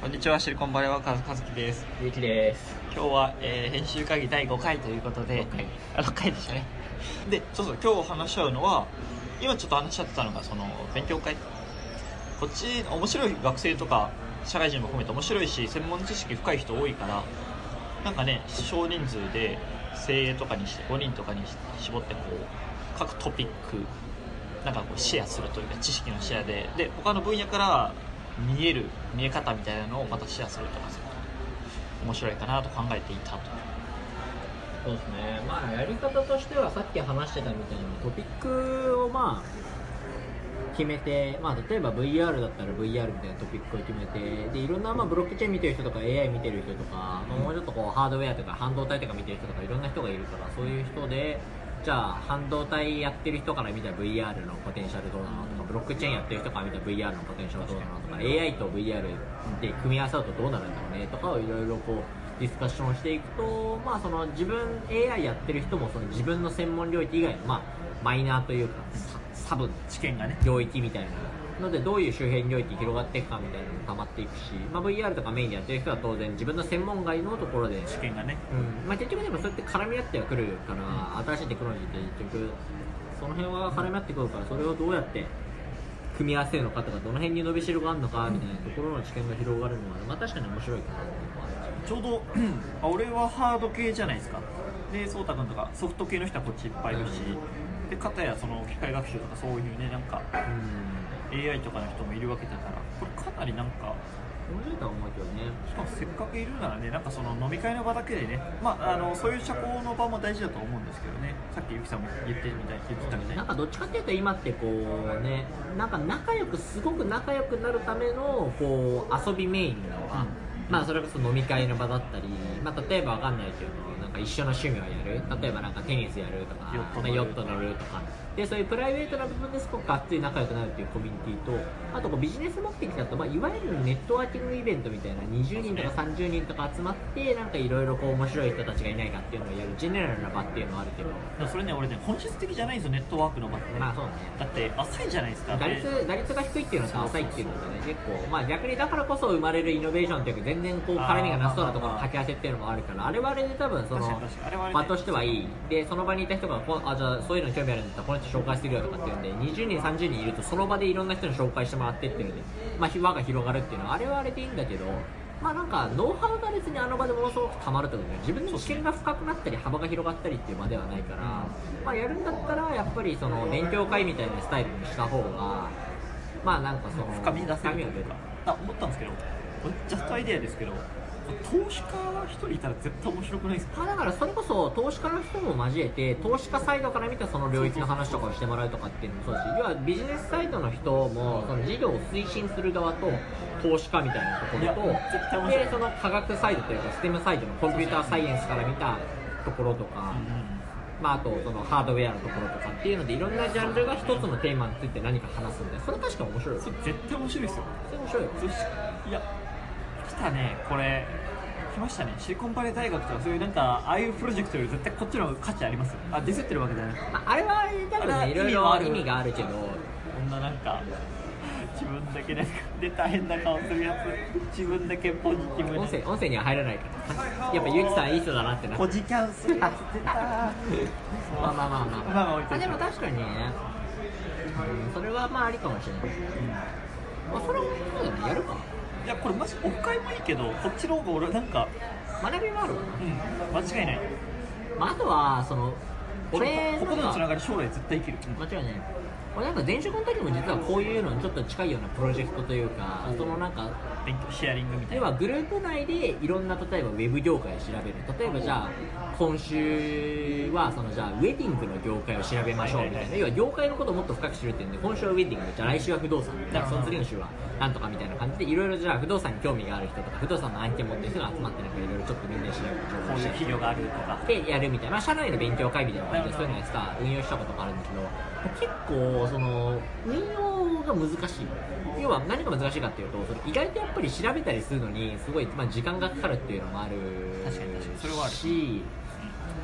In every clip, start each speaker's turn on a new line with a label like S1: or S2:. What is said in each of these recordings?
S1: こんにちは、シリコンバレーは和和樹です。
S2: ゆうきです。
S1: 今日は、えー編集会議第5回ということで、
S2: 6回
S1: あ6回でしたね。で、そうそう、今日話し合うのは、今ちょっと話し合ってたのが、その、勉強会。こっち、面白い学生とか、社会人も含めて面白いし、専門知識深い人多いから、なんかね、少人数で、精鋭とかにして、5人とかに絞って、こう、各トピック、なんかこうシェアするというか知識のシェアでで他の分野から見える見え方みたいなのをまたシェアするとかすると面白いかなと考えていたと
S2: そうですね。まあやり方としてはさっき話してたみたいにトピックをまあ決めて、まあ例えば VR だったら VR みたいなトピックを決めて、でいろんなまあブロックチェーン見てる人とか AI 見てる人とか、まあもうちょっとこうハードウェアとか半導体とか見てる人とかいろんな人がいるから、そういう人で。じゃあ半導体やってる人から見たら VR のポテンシャルどうなのとかブロックチェーンやってる人から見たら VR のポテンシャルどうなのとか AI と VR で組み合わせるとどうなるんだろうねとかをいろいろこうディスカッションしていくとまあその自分 AI やってる人もその自分の専門領域以外のまあマイナーというかササブ
S1: 知見がね
S2: 領域みたいなのでどういう周辺領域に広がっていくかみたいなのも溜まっていくし、まあ、VR とかメインでやってる人は当然自分の専門外のところで
S1: 知見がね
S2: うんまあ、結局でもそうやって絡み合ってはくるから、新しいテクノロジーって結局その辺は絡み合ってくるからそれをどうやって組み合わせるのかとかどの辺に伸びしろがあるのかみたいなところの知見が広がるのは、まあ、確かに面白いかなっていうのはある
S1: ちょうどあ俺はハード系じゃないですかで颯太君とかソフト系の人はこっちいっぱいいるしで片やその機械学習とかそういうねなんか
S2: しうん
S1: AI とかの人もいるわけだからこれかなりなんか
S2: 面白いとは思うけどね
S1: しかもせっかくいるならねなんかその飲み会の場だけでね、まあ、あのそういう社交の場も大事だと思うんですけどねさっきゆきさんも言ってみたい言ってたみたい
S2: なん
S1: に
S2: かどっちかっていうと今ってこうねなんか仲良くすごく仲良くなるためのこう遊びメインなのが、まあそれこそ飲み会の場だったり、まあ、例えばわかんないけどなんか一緒の趣味をやる例えばなんかテニスやるとか
S1: ヨット乗る
S2: まあヨット乗るとかでそういうプライベートな部分ですごくがっつり仲良くなるっていうコミュニティとあとこうビジネス目的だと、まあ、いわゆるネットワーキングイベントみたいな20人とか30人とか集まってなんかいろいろこう面白い人たちがいないかっていうのをやるジェネラルな場っていうのはあるけど
S1: でもそれね俺ね本質的じゃないんですよネットワークの場ってね、
S2: まあそうね
S1: だって浅いじゃないですか
S2: 打
S1: で
S2: 率打率が低いっていうのと浅いっていうのとね結構まあ逆にだからこそ生まれるイノベーションっていうか全然こう絡みがなさそうなところの掛け合わせっていうのもあるからあれはあれで多分そ
S1: 確か
S2: の
S1: に確かにあれはあれで
S2: 場としてはいいでその場にいた人がこうあじゃあそういうの興味あるんだったらこの人紹介するよとかっていうんで20人30人いるとその場でいろんな人に紹介してもらってっていうのでまあ輪が広がるっていうのはあれはあれでいいんだけどまあなんかノウハウが別にあの場でものすごく溜まるってことで自分の知見が深くなったり幅が広がったりっていう場ではないから、まあ、やるんだったらやっぱりその勉強会みたいなスタイルにした方がまあなんかその
S1: 深み出せる
S2: 深
S1: と
S2: みが
S1: い
S2: 出
S1: う
S2: る
S1: かあ思ったんですけどジャストアイデアですけど投資家が一人いたら絶対面白くないですか
S2: まあ、だからそれこそ投資家の人も交えて投資家サイドから見たその領域の話とかをしてもらうとかっていうのもそうだし要はビジネスサイドの人もその事業を推進する側と投資家みたいなとこ
S1: いや
S2: ろ
S1: 絶対面
S2: と
S1: 白い
S2: でその科学サイドというかステムサイドのコンピューターサイエンスから見たところとか、まあ、あとそのハードウェアのところとかっていうのでいろんなジャンルが一つのテーマについて何か話すんでそれ確か面白いよ
S1: そ
S2: そ
S1: れ絶対面白いですよ
S2: れ面白いよ
S1: そしいや来たねこれ来ましたねシリコンバレー大学とかそういうなんかああいうプロジェクトより絶対こっちの方が価値ありますよあディスってるわけじゃない
S2: まあ、あれはあれだから
S1: あれ
S2: ねいろい
S1: は
S2: ろ
S1: 意味はある
S2: 意味があるけど
S1: こんななんか自分だけなんかで大変な顔するやつ自分だけポジティブ
S2: 音
S1: に
S2: 声音声には入らないからやっぱゆきさんいい人だなってな
S1: ポジキャンするやつ出た
S2: まあまあまあまあ、
S1: まあまあ置いと
S2: あ
S1: いて
S2: でも確かにね、うん、それはまあありかもしれない、まあ、それはそうだねやるか
S1: いやこれマジオフ会もいいけどこっちの方が俺なんか
S2: 学びもあるわな
S1: う、ん間違いない
S2: まあ、あとはその俺
S1: ここでの
S2: なん
S1: つ
S2: か
S1: ながり将来絶対生きる、
S2: 間違いない俺なんか前職の時も実はこういうのにちょっと近いようなプロジェクトというか、そのなんか
S1: 勉強シェアリングみたい
S2: 要
S1: な
S2: はグループ内でいろんな例えばウェブ業界を調べる例えばじゃあ今週はそのじゃあウェディングの業界を調べましょうみた
S1: はいは
S2: いな要は業界のことをもっと深く知るっていうんで今週はウェディングじゃあ来週は不動産じゃあその次の週はなんとかみたいな感じでいろいろじゃあ不動産に興味がある人とか不動産の案件持ってる人が集まってなんかいろいろちょっとみんなで調べて
S1: こういう企業があるとか
S2: でやるみたいな、まあ、社内の勉強会みたいな感じでそういうのやってさ運用したことがあるんだけど結構その運用が難しい要は何が難しいかっていうとその意外とやっぱり調べたりするのにすごい、まあ、時間がかかるっていうのもある
S1: 確かに確かにそれはある
S2: し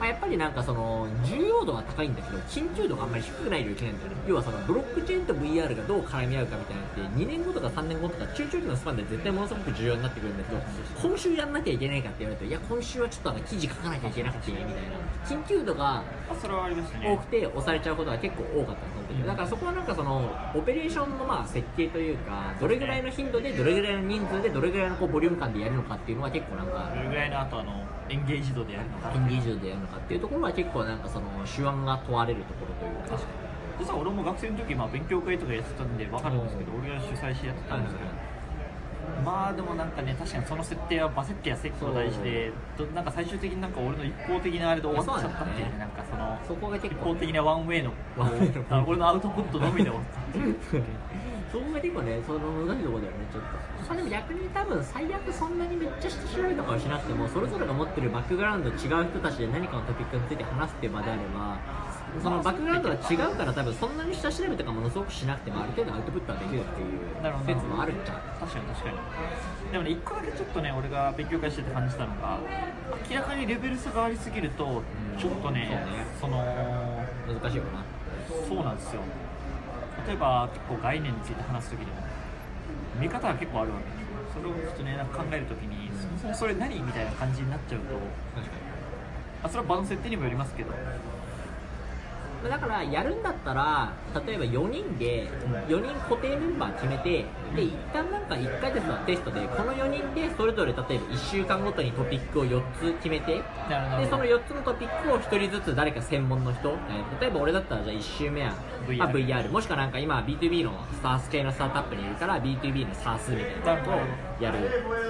S2: まあ、やっぱりなんかその重要度は高いんだけど緊急度があんまり低くないといけないんだよね要はそのブロックチェーンと VR がどう絡み合うかみたいなのって2年後とか3年後とか中長期のスパンで絶対ものすごく重要になってくるんだけど今週やんなきゃいけないかって言われるといや今週はちょっとあの記事書かなきゃいけなくてみたいな緊急度が
S1: それはあります
S2: 多
S1: ね
S2: くて押されちゃうことが結構多かったんですその時だからそこはなんかそのオペレーションのまあ設計というかどれぐらいの頻度でどれぐらいの人数でどれぐらいのこうボリューム感でやるのかっていうのは結構なんか
S1: どれぐらいのあとあのエンゲージ度でやるのか
S2: エンゲージ度でやるのかっていうところは結構なんかその手腕が問われるところという
S1: 確
S2: か
S1: かに実は俺も学生の時、まあ、勉強会とかやってたんで分かるんですけど、俺が主催してやってたんですけど、まあでもなんかね確かにその設定はバセッテやセット大事でどなんか最終的になんか俺の一方的なあれで終わっちゃったっていうね
S2: そう
S1: な
S2: なん
S1: かその
S2: そこが結
S1: 一
S2: 構
S1: 方的なワンウェイの
S2: ワンウェイの
S1: あ俺のアウトプットのみで終わったっていう
S2: そこが結構ねその難しいところだよねちょっとそれでも逆に多分最悪そんなにめっちゃ白いとかはしなくてもそれぞれが持ってるバックグラウンド違う人たちで何かのトピックについて話すっていう場であればそのバックグラウンドが違うから多分そんなに下調べとかものすごくしなくてもある程度アウトプットはできるっていう
S1: なるほど
S2: 説もあるんじゃん
S1: 確かに確かにでもね一個だけちょっとね俺が勉強会してて感じたのが明らかにレベル差がありすぎると
S2: ん
S1: ちょっとね,、その
S2: 難しいよな
S1: そうなんですよ例えば結構概念について話す時でも見方が結構あるわけそれをちょっとねなんか考える時に、
S2: うん
S1: そもそもそれ何みたいな感じになっちゃうと、
S2: 確かに
S1: あ、それは場の設定にもよりますけど
S2: まあだからやるんだったら例えば4人で4人固定メンバー決めてで一旦なんか1ヶ月のテストでこの4人でそれぞれ例えば1週間ごとにトピックを4つ決めて
S1: なるほど
S2: でその4つのトピックを1人ずつ誰か専門の人、えー例えば俺だったらじゃあ1週目は
S1: VR
S2: まあ VR もしくはなんか今 B2B の SARS 系のスタートアップにいるから B2B の SARS みたいなことをやる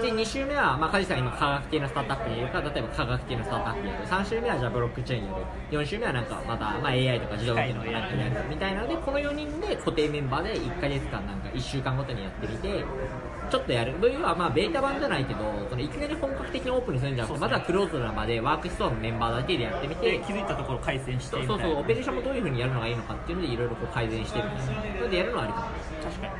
S2: で2週目は、まあ、カジさん今科学系のスタートアップにいるから例えば科学系のスタートアップやる3週目はじゃあブロックチェーンやる4週目はなんかまた、まあ、AI とか自動運転とかなんかやるみたいなのでこの4人で固定メンバーで1ヶ月間なんか1週間ごとにやってみてちょっとやる V はまあベータ版じゃないけどそのいきなり本格的にオープンにするんじゃなくて
S1: そう
S2: ま
S1: ですね
S2: ずはクローズな場でワークストアのメンバーだけでやってみ
S1: で
S2: て
S1: 気づいたところ改善して
S2: そ
S1: み
S2: う
S1: た
S2: そ
S1: いうな
S2: そうオペレーションもどういう風にやるのがいいのかっていうのでいろいろこう改善してるみたいなそれでやるのはありかも
S1: 確かに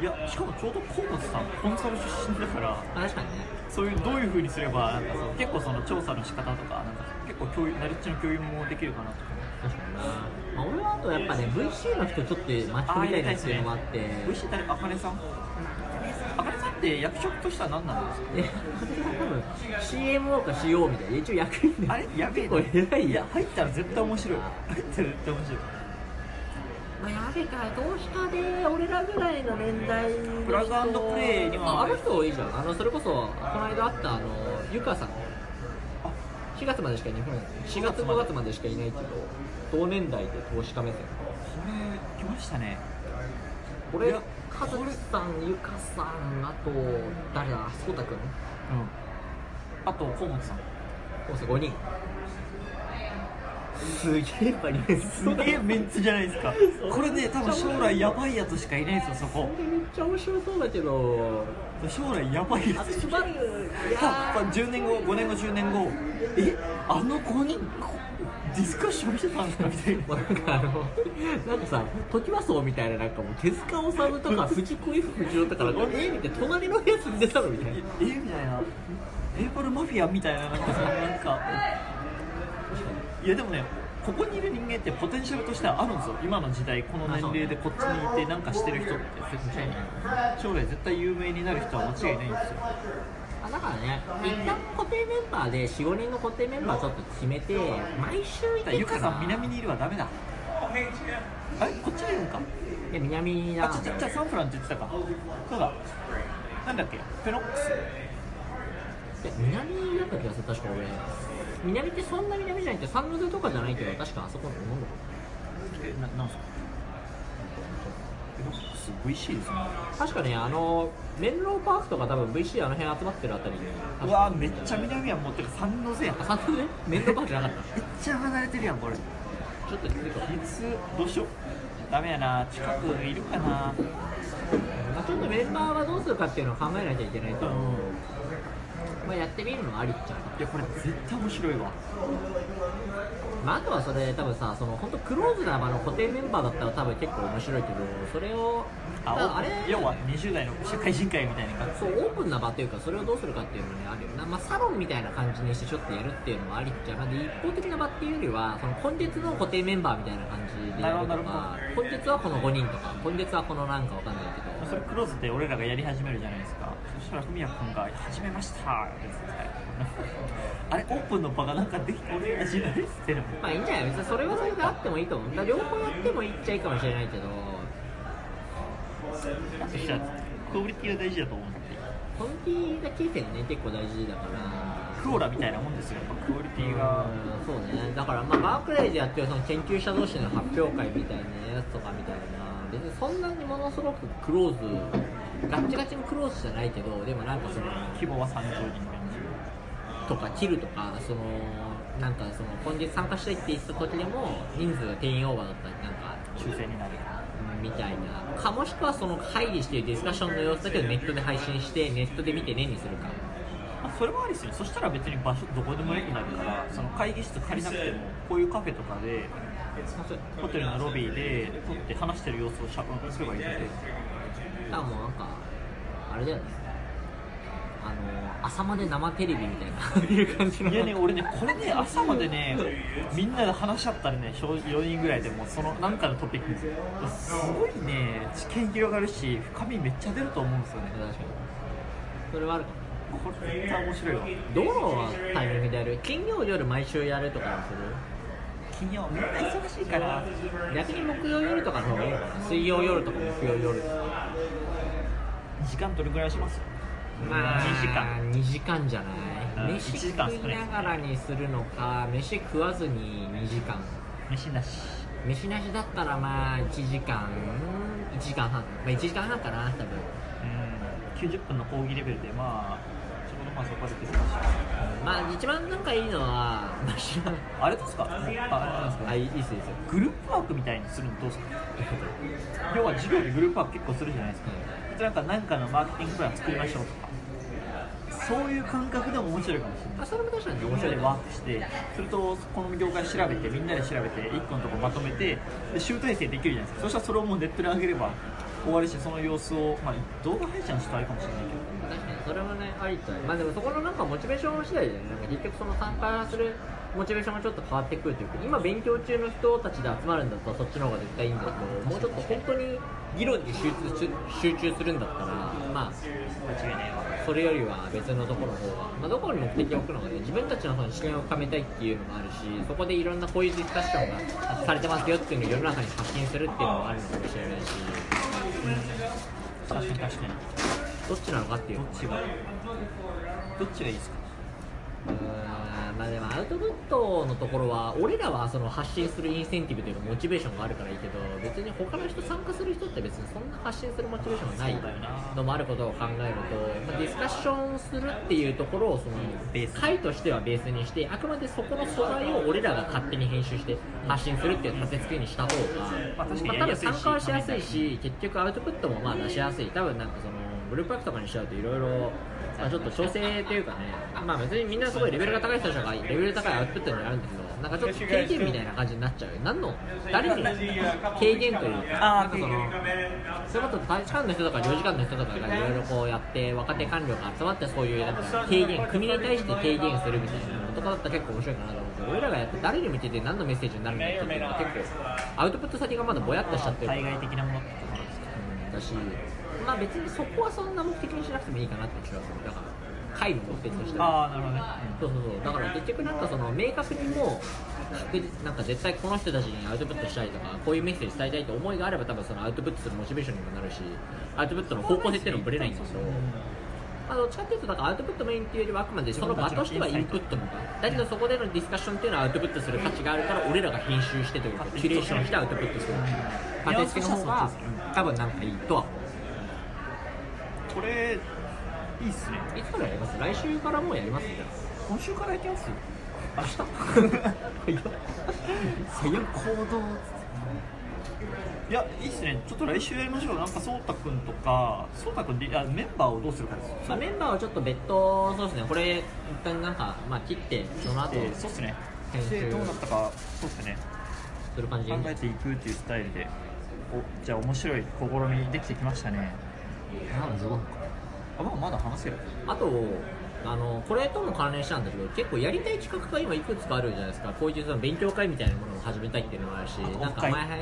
S1: いやしかもちょうど河本さんコンサル出身だから
S2: あ確かにね
S1: そういうどういう風にすればなんかその結構その調査の仕方とかなんか結構共有ナレッジの共有もできるかなとか
S2: 確かにな、まあ、俺はあとやっぱね VC の人ちょっと巻き込みたいなっていうのもあって
S1: 美味しい誰あかねさんあかねさんって役職としては何なんですか
S2: え多分 CMO か CO みたいな一応役員で
S1: あれやべえ
S2: 結構偉い
S1: い
S2: や
S1: や入ったら絶対面白い入ったら絶対面白い
S2: まあ、やべえかどうしたで俺らぐらいの年代の人
S1: プラグアンドプレイには
S2: ああの人いいじゃんあのそれこそこの間あったあのゆかさん
S1: あ
S2: 4月までしか日本4月5月までしかいないけど同年代で投資家目線
S1: これ来ましたねい
S2: 俺
S1: や
S2: カズさんゆかさんあと誰だそうたくん
S1: うんあと河本さん
S2: コース5人すげえやっぱりす
S1: すげえメンツじゃないですかこれね多分将来やばいやつしかいないですよそこ
S2: めっちゃ面白そうだけど
S1: 将来やばいや
S2: あと
S1: つ
S2: しばらくい
S1: 多
S2: やー
S1: 分10年後5年後10年後えあの5人こディスカッションしてたんですかみたいな
S2: もうなんかあのなんかさ時はそうみたいななんかもう手塚治虫とか藤子 F 不二雄とかなんかえみたいな隣のやつに出たのみたいな
S1: ええみたいなエーパルマフィアみたいななんかそのなんかいやでもねここにいる人間ってポテンシャルとしてはあるんですよ今の時代この年齢でこっちにいてなんかしてる人って絶対に将来絶対有名になる人は間違いないんですよ
S2: あだからね一旦固定メンバーで45人の固定メンバーちょっと決めて毎週
S1: だか
S2: 行
S1: ら
S2: け
S1: ゆかさん南
S2: い
S1: にいるはダメだあれこっちにいるのか
S2: や南
S1: あ
S2: だ
S1: ちっちゃちゃサンフランって言ってたかそうだなんだっけペノックス
S2: いや南だった気がする確か俺南ってそんな南じゃないってサンノゼとかじゃないけど確かあそこのもの
S1: えななんすかペノックス VC ですね
S2: 確かねあのメンローパークとか多分 VC あの辺集まってるあたりに
S1: うわめっちゃ南やん持ってる三の瀬やん
S2: あサンノゼメンローパークじゃなかっ
S1: めっちゃ離れてるやんこれい
S2: たちょっと聞くと
S1: つどうしようダメやな近くいるかな
S2: まあ、ちょっとメンバーはどうするかっていうのを考えなきゃいけないと思う、
S1: うん
S2: まあ、やってみるのはありっちゃう
S1: いやこれ絶対面白いわ
S2: まあ、あとはそれ多分さその本当クローズな場の固定メンバーだったら多分結構面白いけどそれをだからあれ
S1: 要は20代の社会人会みたいな感
S2: そうオープンな場というかそれをどうするかっていうのねあるよな、まあ、サロンみたいな感じにしてちょっとやるっていうのもありっちゃなんで一方的な場っていうよりはその今月の固定メンバーみたいな感じでやる
S1: なるほ
S2: と
S1: ど
S2: か
S1: なる
S2: 今月はこの5人とか今月はこのなんかわかんないけ
S1: じ
S2: ど
S1: それクローズって俺らがやり始めるじゃないですかそしたら文也君が「始めました」って言ってあれオープンの場がなんかできて俺らじゃないっすってのも
S2: まあいいんじゃない別にそれはそれであってもいいと思うだから両方やってもいいっちゃいいかもしれないけど
S1: そしたらクオリティが大事だと思うんで
S2: コミュニティが形成がね結構大事だから
S1: クオラみたいなもんですよやっぱクオリティが
S2: うんそうねだからまあバークレーでやってるその研究者同士の発表会みたいなやつとかみたいな別にそんなにものすごくクローズガッチガチのクローズじゃないけどでもなんかそ
S1: 規
S2: の
S1: 模は30人ぐらい
S2: とか切るとかそのなんかその今月参加したいって言ってた時でも人数が定員オーバーだったりなんか
S1: 抽選になる
S2: みたいなかもしくはその会議してるディスカッションの様子だけどネットで配信してネットで見てねにするか
S1: まあそれもありですよねそしたら別に場所どこでもいいになるからその会議室借りなくてもこういうカフェとかでホテルのロビーで撮って話してる様子をしゃうんすればいいので
S2: だからもうなんかあれだよねあの朝まで生テレビみたいなそう いう感じの
S1: いやね俺ねこれね朝までねみんなで話し合ったらね4人ぐらいでもうその何かのトピックすごいね知見広がるし深みめっちゃ出ると思うんですよね
S2: 確かにそれはあるかも
S1: これ絶対面白いわ
S2: どのタイミングでやる金曜夜毎週やるとかにす
S1: 金曜みんな忙しいから
S2: る逆に木曜夜とかの方がいいのかな水曜夜とか木曜夜とか
S1: 時間どれぐらいします2時間
S2: 2時間じゃな
S1: う
S2: い
S1: ん
S2: 飯
S1: 一
S2: 食
S1: 時間っす
S2: い
S1: ね
S2: ながらにするのか飯食わずに2時間
S1: 飯なし
S2: 飯なしだったらまあ1時間1時間半まあ1時間半かな多分
S1: うん90分の講義レベルでまあちょうどまあそこで出てました
S2: まあ一番なんかいいのは、まあ 知らん
S1: あれどうですかああれなんですか、
S2: あ、いいっすいいっすよ。
S1: グループワークみたいにするのどうですか要は授業でグループワーク結構するじゃないですかなんか何かのマーケティングプラン作りましょうとかそういう感覚でも面白いかもしれ
S2: ま
S1: な
S2: あ
S1: い
S2: それも確かに
S1: み
S2: 面
S1: んな
S2: 白い
S1: でワークしてそれとこの業界調べてみんなで調べて1個のところまとめてで集大成できるじゃないですかそしたらそれをもうネットで上げれば終わりしその様子を、まあ、動画配信はちょっとあれかもしれないけど
S2: 確かにそれもね、ありっちゃう。まあでもそこのなんかモチベーション次第だよね。なんか結局その参加するモチベーションもちょっと変わってくるというか、今勉強中の人たちで集まるんだったらそっちの方が絶対いいんだけど、もうちょっと本当に議論に集中し集中するんだったら、
S1: 間
S2: まあ
S1: 違いないわ
S2: それよりは別のところの方が、まあ、どこに目的を置くのかで自分たちのその視点を深めたいっていうのもあるしそこでいろんなこういうディスカッションがされてますよっていうのを世の中に発信するっていうのもあるのかもしれないし
S1: 確かに確かに
S2: どっちなのかっていう
S1: ど
S2: の
S1: っ
S2: も
S1: ちがどっちがいいですか
S2: うーんまあでもアウトプットのところは俺らはその発信するインセンティブというかモチベーションがあるからいいけど別に他の人参加する人って別にそんな発信するモチベーションがない
S1: そうだよな
S2: のもあることを考えると、まあ、ディスカッションするっていうところをその
S1: ベース
S2: 回としてはベースにしてあくまでそこの素材を俺らが勝手に編集して発信するっていう立て付けにした方が、
S1: まあ確かに
S2: まあ
S1: やりや
S2: 多分
S1: すいし
S2: 参加はしやすいし結局アウトプットもまあ出しやすい多分なんかそのグループワークとかにしちゃうといろいろまあちょっと調整というかねまあ別にみんなすごいレベルが高い人たちがレベル高いアウトプットになるんだけどなんかちょっと経験みたいな感じになっちゃうよ何の誰に経験というか
S1: あー
S2: なんかそのそれこそ大使館の人とか領事館の人とかがいろいろこうやって若手官僚が集まってそういうなんか提言国に対して提言するみたいなのとかだったら結構面白いかなと思うけど俺らがやって誰に向けて何のメッセージになるのかっていうのは結構アウトプット先がまだぼやっとしちゃってるから
S1: 対外的なものってところですか
S2: うんだし、まあ別にそこはそんな目的にしなくてもいいかなって気はする。だから、会の目的としては。
S1: ああなるほどね、
S2: そうそうそう。だから結局なんかその明確にもう、確実なんか絶対この人たちにアウトプットしたいとか、こういうメッセージ伝えたいと思いがあれば多分そのアウトプットするモチベーションにもなるし、アウトプットの方向性っていうのもぶれないんだけど、まあどっちかっていうと、だからアウトプットメインっていうよりはあくまでその場としてはインプットの場。だけどそこでのディスカッションっていうのはアウトプットする価値があるから、俺らが編集してというか、キュレーションしてアウトプットする。立て付けの方が多分なんかいいとは思う。
S1: これいいっすね
S2: いつからやります来週からもうやりますじゃ
S1: 今 週から行きます明日
S2: あ。
S1: そういう行動いやいいっすねちょっと来週やりましょうなんか颯太君とか颯太君でいやメンバーをどうするかですよ
S2: まあ、メンバーをちょっと別途そうですねこれ一旦なんか、まあ、切ってその後
S1: でそうっすね
S2: 編集
S1: でどうなったかそうっすね
S2: する感じ
S1: 考えていくっていうスタイルでおじゃあ面白い試みできてきましたね
S2: なんだそう
S1: あまあまだ話せる
S2: あとあのこれとも関連したんだけど結構やりたい企画が今いくつかあるじゃないですかこういうその勉強会みたいなものも始めたいっていうのもあるし
S1: あ
S2: なん
S1: オフ
S2: か
S1: 会
S2: 前話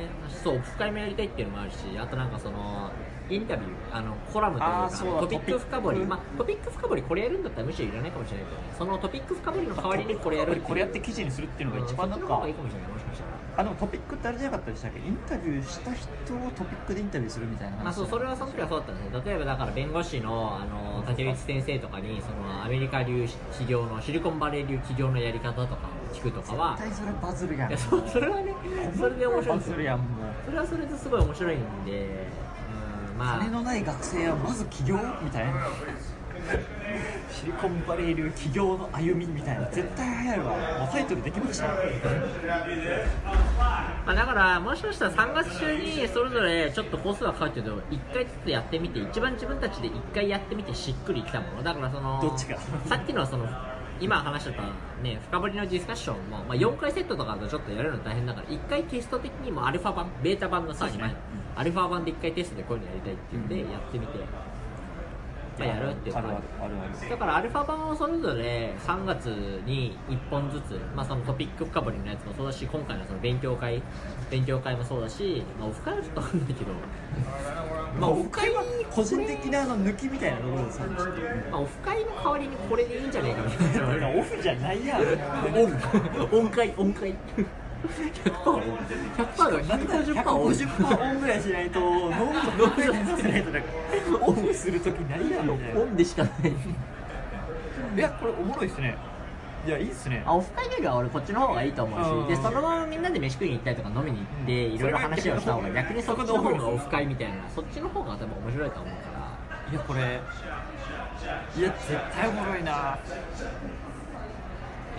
S2: そうオフ会もやりたいっていうのもあるしあとなんかそのインタビューあのコラムという
S1: あー
S2: か
S1: そうだ
S2: トピッ
S1: トピッ
S2: ク
S1: ク
S2: 深掘り、まあ、トピック深掘りこれやるんだったらむしろいらないかもしれないけどねそのトピック深掘りの代わりにこれやる
S1: やっぱりこれやって記事にするっていうのが一番なん
S2: そっちの方
S1: か
S2: がいいかもしれないもしかしたら
S1: あでもトピックってあれじゃなかったでしたっけインタビューした人をトピックでインタビューするみたいな話
S2: まあ、そうそれはその時はそうだったんですね例えばだから弁護士のあの竹内先生とかにそのアメリカ流企業のシリコンバレー流企業のやり方とかを聞くとかは
S1: 絶対それバズるやん
S2: いやそそれはねそれで面白いん
S1: バ
S2: です
S1: ズ
S2: よ
S1: るやんもう
S2: それはそれですごい面白いんでうんまあ
S1: 金のない学生はまず起業みたいなシリコンバレー流起業の歩みみたいな絶対流行るわもうタイトルできましたよ
S2: まあ、だからもしかしたら3月中にそれぞれちょっとコースは変わるけど1回ずつやってみて一番自分たちで1回やってみてしっくりきたものだからその
S1: どっちが
S2: さっきのその今話してた、ね、深掘りのディスカッションも、まあ、4回セットとかだとちょっとやるの大変だから1回テスト的にもアルファ版ベータ版の
S1: そ
S2: さ、
S1: うです
S2: 今
S1: ね
S2: アルファ版で1回テストでこういうのやりたいっていうんで
S1: うん
S2: やってみて、まあ、やるっていう
S1: ある
S2: 感
S1: あ
S2: じ
S1: るあるある
S2: だからアルファ版をそれぞれ3月に1本ずつ、まあ、そのトピック深掘りのやつもそうだし今回のその勉強会勉強会もそうだし、まあ、オフ会はちょっと分かんないけど、
S1: まあ、オフ会は個人的なあの抜きみたいなところですね。
S2: まあ、オフ会の代わりにこれでいいんじゃないかみたいな
S1: オフじゃないやん。
S2: オン音階音階100%オン
S1: なんだ
S2: 100%オン
S1: 150%オンぐらいしないと、ノームぐらいさせないと、なんか、オフするときないやんみたい
S2: オンでしかない
S1: な。いや、これおもろいっすね。いや、いいっすね。
S2: あオフ会よりは俺こっちの方がいいと思うしで
S1: うん
S2: そのままみんなで飯食いに行ったりとか飲みに行って
S1: うん
S2: いろいろ話をした方が
S1: それが
S2: 逆にそっちの方がオフ会みたいなそっちの方が多分面白いと思うから
S1: いや、これ、いや、絶対おもろいな。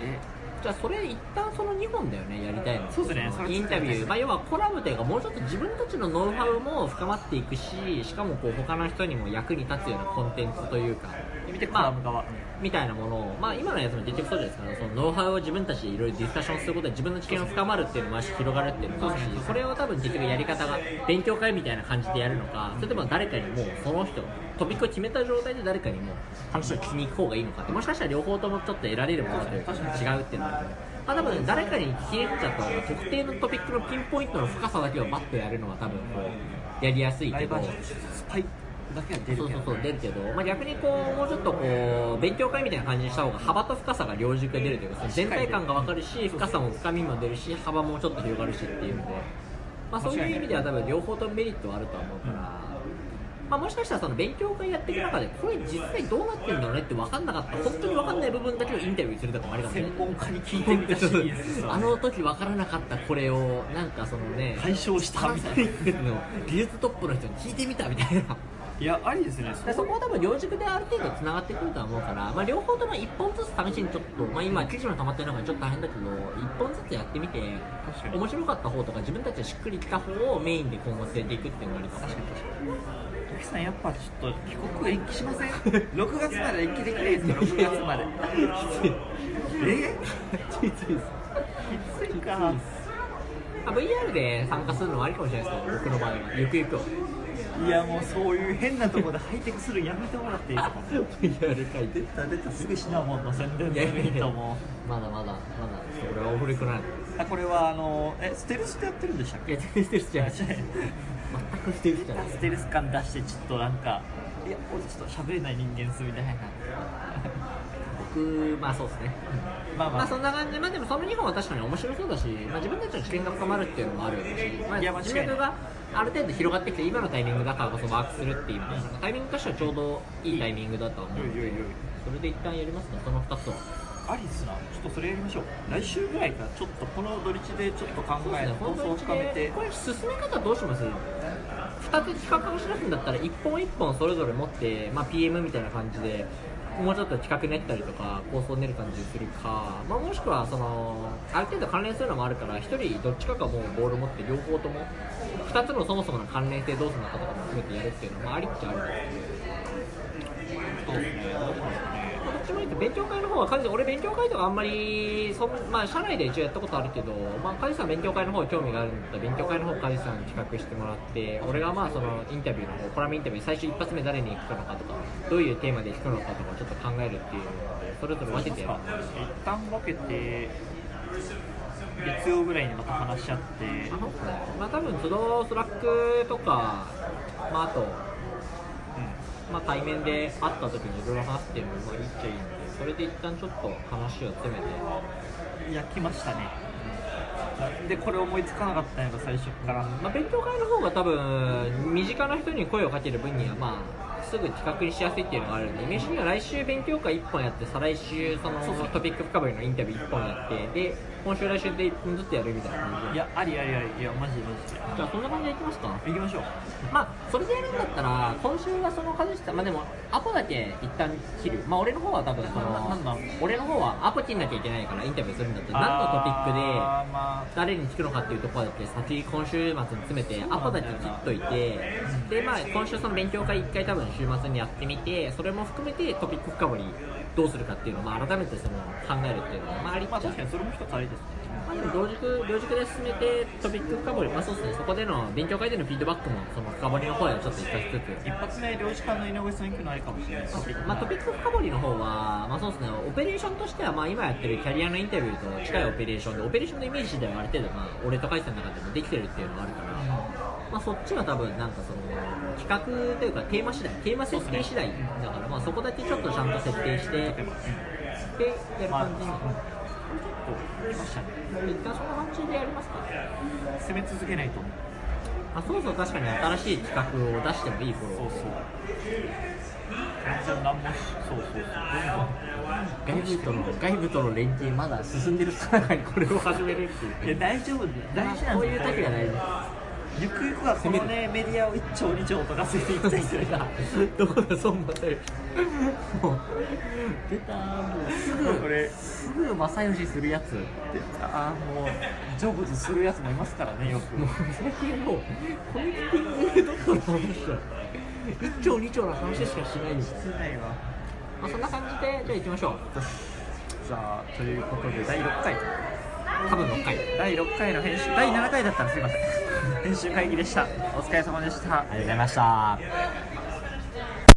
S1: え、
S2: じゃあそれ一旦その2本だよねやりたいの
S1: そうですね
S2: の
S1: それ
S2: イン
S1: ちょっとやりた
S2: タビ
S1: い
S2: ュ
S1: で
S2: ー、
S1: す
S2: まあ、要はコラムというかもうちょっと自分たちのノウハウも深まっていくししかもこう他の人にも役に立つようなコンテンツというか
S1: 見て、コ
S2: まあ
S1: ラム側。
S2: みたいなものを、まあ、今のやつも結局そうじゃないですか、そのノウハウを自分たちでいろいろディスカッションすることで自分の知見が深まるっていうのもあるし広がるっていうのもあるしそれを多分結局やり方が勉強会みたいな感じでやるのかそれとも誰かにもうその人トピックを決めた状態で誰かにも話を聞きに行く方がいいのかってもしかしたら両方ともちょっと得られるものというか違うっていうのはあるけどまあ多分誰かに聞きに行っちゃった方が特定のトピックのピンポイントの深さだけをバッとやるのは多分こうやりやすい
S1: ラ
S2: け
S1: イバ
S2: ど
S1: ージョンスパイだけは出
S2: そ
S1: るけ
S2: うそ
S1: ど
S2: う。そう出るけど、まあ、逆にこうもうちょっとこう勉強会みたいな感じにした方が幅と深さが両軸で出るというかその全体感が分かるし深さも深みも出るし幅もちょっと広がるしっていうので、まあ、そういう意味では多分両方ともメリットはあるとは思うから、まあ、もしかしたらその勉強会やっていく中でこれ実際どうなってるんだろうねって分かんなかった本当に分かんない部分だけをインタビューするとかもありかもしれな
S1: 専
S2: い。
S1: 門家に聞いてみたシリーズさ
S2: あの時分からなかったこれをなんかそのね
S1: 解消したみたいな。
S2: の技術トップの人に聞いてみたみたいない
S1: や、ありですね。
S2: でそこは多分両軸である程度つながってくるとは思うから、まあ、両方とも1本ずつ試しにちょっと、まあ、今記事の溜まってる中でちょっと大変だけど1本ずつやってみて
S1: 確かに
S2: 面白かった方とか自分たちでしっくりきた方をメインで今後連れていくっていうのがありかもしれない
S1: トキさんやっぱちょっと帰国延期しません 6月まで延期できないですよ6月までえきついか
S2: まあ VR で参加するのもありかもしれないですけど僕の場合はゆくゆ くはい
S1: やもうそういう変なとこでハイテクするのやめてもらっていいですか
S2: VR 書いて
S1: 出た出たすぐシナモンの宣伝
S2: いや
S1: の
S2: い
S1: メ
S2: や
S1: リ
S2: い
S1: ッ
S2: や
S1: ト
S2: ま
S1: も
S2: だまだまだちょっと俺はおふれくない
S1: あこれはあのえステルスでやってるんでしたっ
S2: い
S1: け
S2: や全然してるじゃない
S1: 違う
S2: 全くしてるじゃない
S1: ステルス感出してちょっとなんかいや俺ちょっと喋れない人間っすみたいな
S2: 僕まあそうですね
S1: まあま
S2: まあ
S1: あ
S2: そんな感じで、まあ、でもその2本は確かに面白そうだし、まあ、自分たちの知見が深まるっていうのもあるし、まあ、
S1: いや間違い
S2: 自
S1: ない
S2: 分がある程度広がってきて、今のタイミングだからこそワークするっていう意味で、タイミングとしてはちょうどいいタイミングだとは思うの
S1: よい
S2: で
S1: よいよい、
S2: それで一旦やりますね、その2つを。
S1: ありっすなちょっとそれやりましょう来週ぐらいからちょっとこの土日でちょっと考
S2: そうです
S1: え
S2: ね
S1: の、構
S2: 本当
S1: 想を
S2: に
S1: 深めて
S2: これ、進め方どうします ?2 つ企画をしなくんだったら、1本1本それぞれ持って、まあ、PM みたいな感じで、もうちょっと企画練ったりとか構想練る感じにするか、まあ、もしくはそのある程度関連するのもあるから1人どっちかがもうボール持って両方とも2つのそもそもの関連性どうするのかとかも含めてやるっていうのは、まあ、ありっちゃありなんですけど。
S1: そうですね、どうしますかね。
S2: こっちもいいけど勉強会の方は完全俺勉強会とかあんまりそんまあ社内で一応やったことあるけどまあ梶さん勉強会の方に興味があるんだったら勉強会の方梶さんに企画してもらって俺がまあそのインタビューの方コラムインタビュー最初一発目誰に聞くのかとかどういうテーマで聞くのかとかちょっと考えるっていうのでそれぞれ分けてやる
S1: 一旦分けて、月曜ぐらいにまた話し合って、
S2: あのまあ多分都度スラックとかまああとまあ対面で会った時にいろいろ話すっていうのもまあいいっちゃいいんでそれで一旦ちょっと話を詰めて。
S1: うん、焼きましたね。で、これ思いつかなかったのが最初から。
S2: まあ、勉強会の方が多分身近な人に声をかける分にはまあすぐ企画にしやすいっていうのがあるんでイメージには来週勉強会1本やって再来週そのトピック深掘りのインタビュー1本やってで今週来週で1本ずつやるみたいな感じ
S1: い
S2: で
S1: や、ありありあり、いや、マジでマジで。
S2: じゃあそんな感じでいきますか
S1: 行きましょう。
S2: まあそれでやるんだったら今週はその和さんまあでもアポだけ一旦切るまあ俺の方は多分そ
S1: なな
S2: の
S1: んだ
S2: 俺の方はアポ切んなきゃいけないからインタビューするんだったら
S1: あ
S2: 何のトピックで
S1: ーま
S2: 誰に聞くのかっていうところだって先今週末に詰めてアポだけ切っといてでまあ今週その勉強会1回多分週末にやってみてそれも含めてトピック深掘りどうするかっていうのを、まあ、改めてその考えるっていうのはまあありっ
S1: あ、
S2: ち
S1: まあ、確
S2: ゃ
S1: か
S2: う
S1: にそれも一つありですね。
S2: まあでも同軸同軸で進めてトピック深掘りまあそうですねそこでの勉強会でのフィードバックもその深掘りの声をちょっと一回しつつ
S1: 一発目、領事館の井上さん行くのありかもしれないですね
S2: まあ、トピック深掘りの方は、まあ、そうですねオペレーションとしては、まあ、今やってるキャリアのインタビューと近いオペレーションでオペレーションのイメージ自体はある程度、まあ、俺と海さんの中でもできてるっていうのがあるから、まあ、そっちは多分なんかその企画というかテーマ次第テーマ設定次第だから、まあ、そこだけちょっとちゃんと設定してでやる
S1: まあ、
S2: 感じに、
S1: うんちょっと来ましたね。
S2: 一旦そんな感じでやりますか
S1: 攻め続けないと思う。
S2: あそろそろ確かに新しい企画を出してもいい
S1: そう
S2: 頃
S1: そう。全然何もし、そうそうそう。
S2: 外部との外部との連携まだ進んでる最中にこれを始めるっていう
S1: いや、大丈夫、大事なんですよ。
S2: こういう時が大事
S1: ゆくゆくはこのね、メディアを一丁二丁とかせていきたいですよね。
S2: どこだ孫正義もう出たもうすぐ
S1: これ
S2: すぐ正義するやつ
S1: ああ、もう、成仏するやつもいますからね、よ く。
S2: もう最近もうコミュニティングどころの話だ一丁二丁の話しかしないんです、
S1: 室内は。
S2: まあ、そんな感じでじゃあ行きましょう
S1: さあ、ということで、第6回。
S2: 多分6回
S1: 第6回の編集、第7回だったらすいません。編集会議でした。お疲れ様でした。
S2: ありがとうございました